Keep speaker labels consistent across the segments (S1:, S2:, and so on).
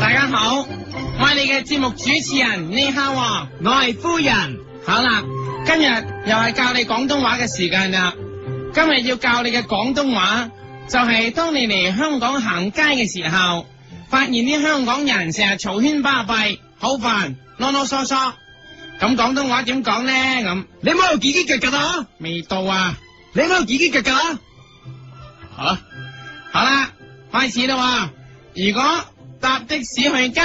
S1: 大家好，我係你嘅節目主持人呢刻喎，我係夫人。好啦，今日又係教你廣東話嘅時間啦。今日要教你嘅廣東話就係、當你嚟香港行街嘅時候，發現啲香港人成日嘈喧巴閉，好煩，囉囉嗦嗦。咁廣東話點講呢？咁
S2: 你唔好有自己腳噶啦，
S1: 味道啊！
S2: 你唔好有自己腳啊噶啦，
S1: 吓、好啦，開始啦喎！如果搭的士去街，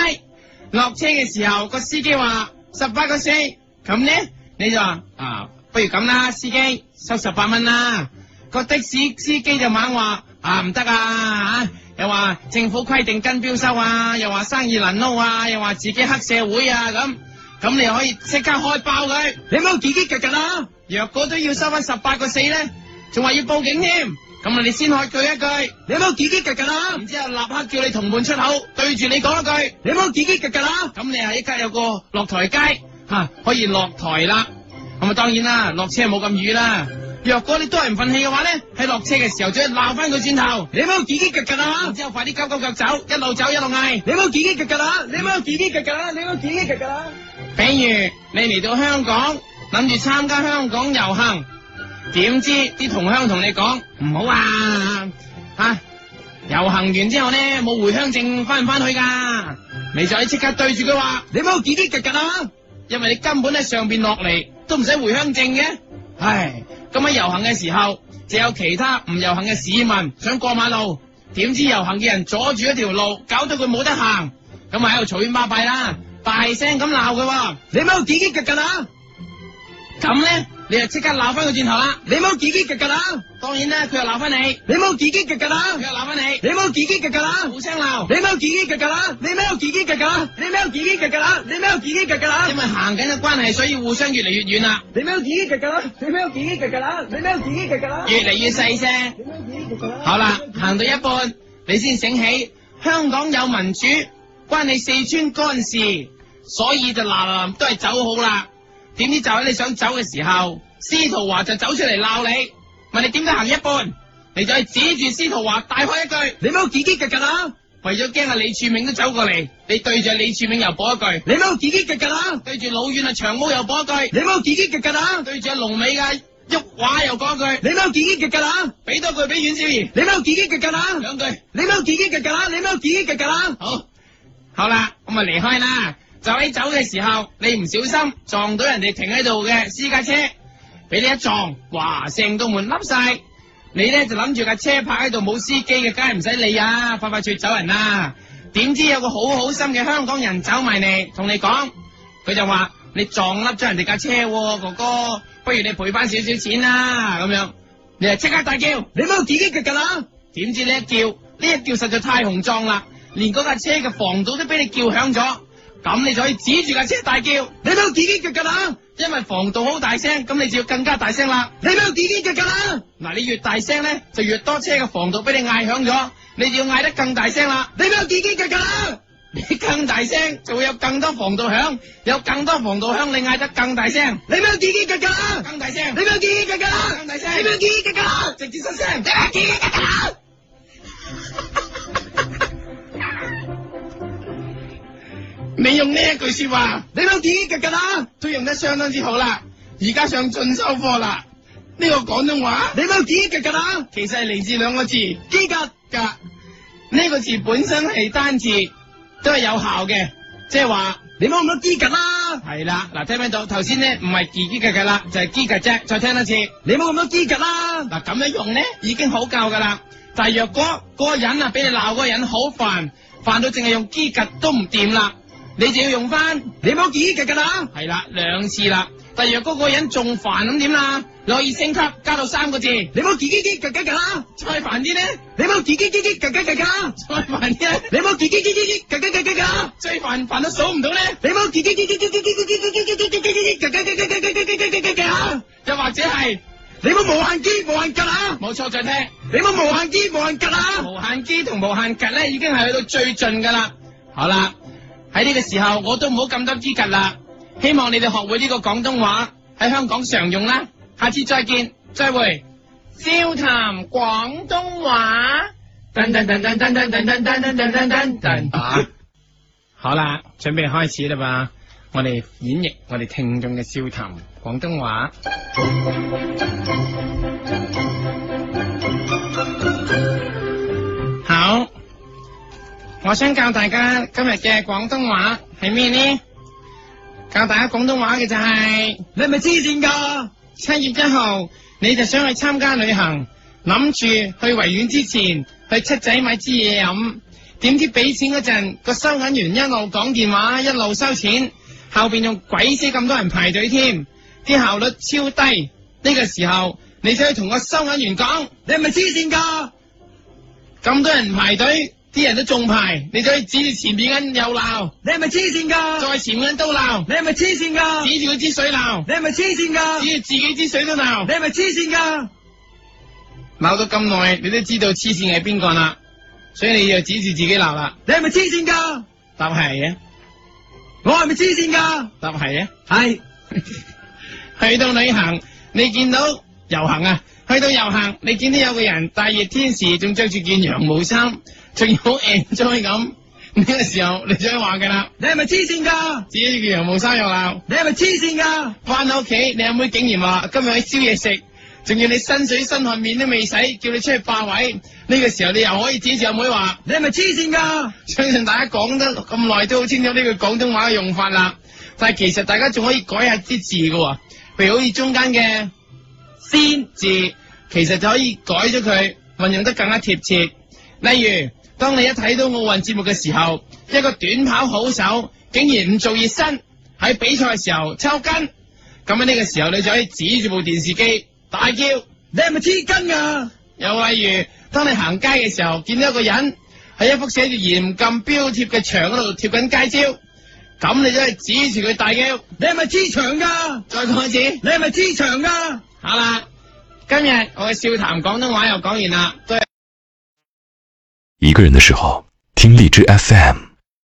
S1: 落車嘅時候個司機話十八個四，咁呢，你就話啊，不如咁啦，司機收十八蚊啦。個的士司機就猛話啊唔得啊，又話政府規定跟標收啊，又話生意難撈啊，又話自己黑社會啊咁，咁你可以即刻開爆佢。
S2: 你唔好有自己腳噶啦，
S1: 若果都要收翻十八個四咧，仲話要報警添，咁啊你先喝佢一句。
S2: 你唔好有自己腳噶啦，
S1: 然之後立刻叫你同伴出口，對住你講一句，
S2: 你唔好有自己腳噶啦，
S1: 咁你啊一家有個落台階吓、啊可以落台啦。咁啊，當然啦，落車冇咁遠啦。若果你都係唔忿氣嘅話咧，喺落車嘅時候再鬧翻佢轉頭，
S2: 你唔好有自己腳噶啦
S1: 然，之後快啲急急腳走，一路走一路嗌。
S2: 你唔好有自己腳噶啦，你唔好有自己腳噶啦，你唔好有自己腳噶啦，
S1: 比如你嚟到香港，諗住參加香港遊行，點知啲同鄉同你講唔好啊，吓、遊行完之後呢，冇回鄉證翻唔翻去噶？你就可以即刻對住佢話，
S2: 你唔好有自己腳噶啦，
S1: 因為你根本喺上邊落嚟都唔使回鄉證嘅。唉，咁喺遊行嘅時候，就有其他唔遊行嘅市民想過馬路，點知遊行嘅人阻住一條路，搞到佢冇得行，咁咪喺度嘈喧巴閉啦，大聲咁鬧佢喎。
S2: 你唔好有自己腳噶啦，
S1: 咁咧，你就即刻鬧翻佢轉頭啦。
S2: 你唔好有自己腳噶啦，
S1: 當然啦，佢又鬧翻你，
S2: 你唔好有自己腳噶啦
S1: 佢，又鬧翻你，
S2: 你唔好有自己腳噶啦。
S1: 互相鬧。
S2: 你喵自己腳噶啦，你喵自己腳噶啦，你喵自己腳噶啦，你喵自己腳噶啦
S1: 因，為行緊嘅關係，所以互相越嚟越遠啦，
S2: 你喵自己腳噶啦，你喵自己腳噶啦，你喵自己腳噶啦，
S1: 越嚟越細聲。
S2: 你喵自己腳噶啦。
S1: 好啦，行到一半，你先醒起，香港有民主，關你四川干事，所以就嗱嗱臨都係走好啦。點知就喺你想走嘅時候，司徒華就走出嚟鬧你，問你點解行一半，你就係指住司徒華大開一句。
S2: 你喵自己腳噶啦，
S1: 為咗驚阿李柱銘都走過嚟，你對住李柱銘又補一句，
S2: 你喵自己腳噶啦，
S1: 對住老遠啊長毛又補一句，
S2: 你喵自己腳噶啦，
S1: 對住阿龍尾嘅旭華又講一句，
S2: 你喵自己腳噶啦，
S1: 俾多句俾阮小儀，
S2: 你喵自己腳噶啦，
S1: 兩句
S2: 你喵自己腳噶啦，你喵自己腳噶啦，
S1: 好，好啦，咁啊離開啦。就喺走嘅時候，你唔小心撞到人哋停喺度嘅私家車，俾你一撞，哇，成道門凹晒。你咧就諗住架車泊喺度冇司機嘅，梗係唔使理啊，快快脆走人啦。點知有個好好心嘅香港人走埋嚟，同你講，佢就話你撞凹咗人哋架車喎，哥哥，不如你賠翻少少錢啦，咁樣，你就即刻大叫。
S2: 你喵自己腳噶啦，
S1: 點知呢一叫，呢一叫實在太雄壯啦，連嗰架車嘅防盜都俾你叫響咗，咁你就可以指住架車大叫，
S2: 你喵自己腳噶啦，
S1: 因為防盜好大聲，咁你就要更加大聲啦。
S2: 你喵自己腳噶啦，
S1: 嗱，你越大聲咧，就越多車嘅防盜俾你嗌響咗，你就要嗌得更大聲啦。
S2: 你喵自己腳噶啦，
S1: 你更大聲就會有更多防盜響，有更多防盜響，你嗌得更大聲，
S2: 你喵自己腳噶啦，
S1: 啊更大聲
S2: 你，喵自己腳噶啦，
S1: 更
S2: 你
S1: 大聲，
S2: 喵自己腳噶啦，
S1: 直接失聲
S2: 你。喵自己腳噶啦。
S1: 你用呢一句说話。
S2: 你冇自己腳噶啦，
S1: 都用得相當之好啦。而家上進修課啦，呢、個廣東話
S2: 你冇自己腳噶啦，
S1: 其實係嚟自兩個字
S2: 機格
S1: 噶。呢、個字本身係單字，都係有效嘅，即係話
S2: 你冇咁多資格啦，
S1: 係啦。嗱，聽唔聽到？頭先咧唔係自己嘅噶啦，就係機嘅啫。再聽多次，
S2: 你冇咁多資格啦，
S1: 嗱咁樣用咧已經好夠噶啦。但係若果嗰個人啊俾你鬧嗰個人好煩，煩到淨係用機格都唔掂啦，你就要用翻
S2: 你冇自己腳噶啦，
S1: 係啦兩次啦。但係若果嗰個人仲煩咁點啦？你可以升級加到三個字。
S2: 你冇自己機腳噶啦，
S1: 再煩啲咧，
S2: 你冇自己機機腳腳腳噶，
S1: 再煩啲咧，
S2: 你冇自己機機機腳腳腳腳噶，
S1: 最煩煩到數唔到咧，
S2: 你冇自己機機機機機機機機機機機腳腳腳腳腳腳腳腳腳噶，
S1: 啊又或者係
S2: 你冇無限機無限腳啦，
S1: 冇錯，再聽
S2: 你冇無限機無限腳啦，
S1: 無限機同無限格咧，已經係去到最盡噶啦。好啦，喺呢個時候我都唔好咁多資格啦，希望你哋學會呢個廣東話喺香港常用啦。下次再見，再會。笑談廣東話。噔噔噔噔噔噔噔噔噔噔噔噔噔啊！好啦，準備開始啦嘛！我哋演繹我哋聽眾嘅笑談廣東話。好，我想教大家今日嘅廣東話係咩呢？教大家廣東話嘅就係、
S2: 你係咪黐線㗎？
S1: 七月一號，你就想去參加旅行，諗住去維園之前去七仔買支嘢飲，點知俾錢嗰陣個收銀員一路講電話一路收錢，後邊仲鬼死咁多人排隊添，啲效率超低。呢個時候你就去同個收銀員講，
S2: 你係咪黐線㗎？
S1: 咁多人排隊，啲人都仲排，你就可以指住前面嗰人又鬧，
S2: 你係咪黐線㗎？
S1: 再前面嗰人都鬧，
S2: 你係咪黐線㗎？
S1: 指住佢支水鬧，
S2: 你係咪黐線㗎？
S1: 指住自己支水都鬧
S2: 你。係咪黐線㗎？
S1: 鬧咗咁耐，你都知道黐線係邊個啦，所以你就指住自己鬧啦。
S2: 你係咪黐線㗎？
S1: 答係啊，
S2: 我係咪黐線㗎？
S1: 答係啊。
S2: 係
S1: 去到旅行，你見到遊行啊，去到遊行，你見到有個人大熱天時仲着住件羊毛衫，仲要好 enjoy 咁，呢、個時候你就可以話噶啦，
S2: 你係咪黐線㗎？
S1: 指住件羊毛衫又鬧。
S2: 你係咪黐線㗎？
S1: 翻到屋企，你阿妹竟然話今日去宵夜食，仲要你身水身汗面都未洗，叫你出去霸位。呢、個時候你又可以指住阿妹話。
S2: 你係咪黐線㗎？
S1: 相信大家講得咁耐都好清楚呢句廣東話嘅用法啦，但係其實大家仲可以改下啲字嘅喎，譬如好似中間嘅先字，其實就可以改咗佢，運用得更加貼切。例如，當你一睇到奧運節目嘅時候，一個短跑好手竟然唔做熱身，喺比賽嘅時候抽筋，咁喺呢個時候你就可以指住部電視機大叫。
S2: 你係咪黐筋㗎？
S1: 又例如，當你行街嘅時候，見到一個人喺一幅寫住嚴禁標貼嘅牆嗰度貼緊街招，咁你就係指住佢大叫，
S2: 你係咪黐牆㗎？
S1: 再講一次，
S2: 你係咪黐牆㗎？
S1: 好啦。今日我嘅笑談廣東話又講完啦，都係
S3: 一个人的时候，听荔枝 FM。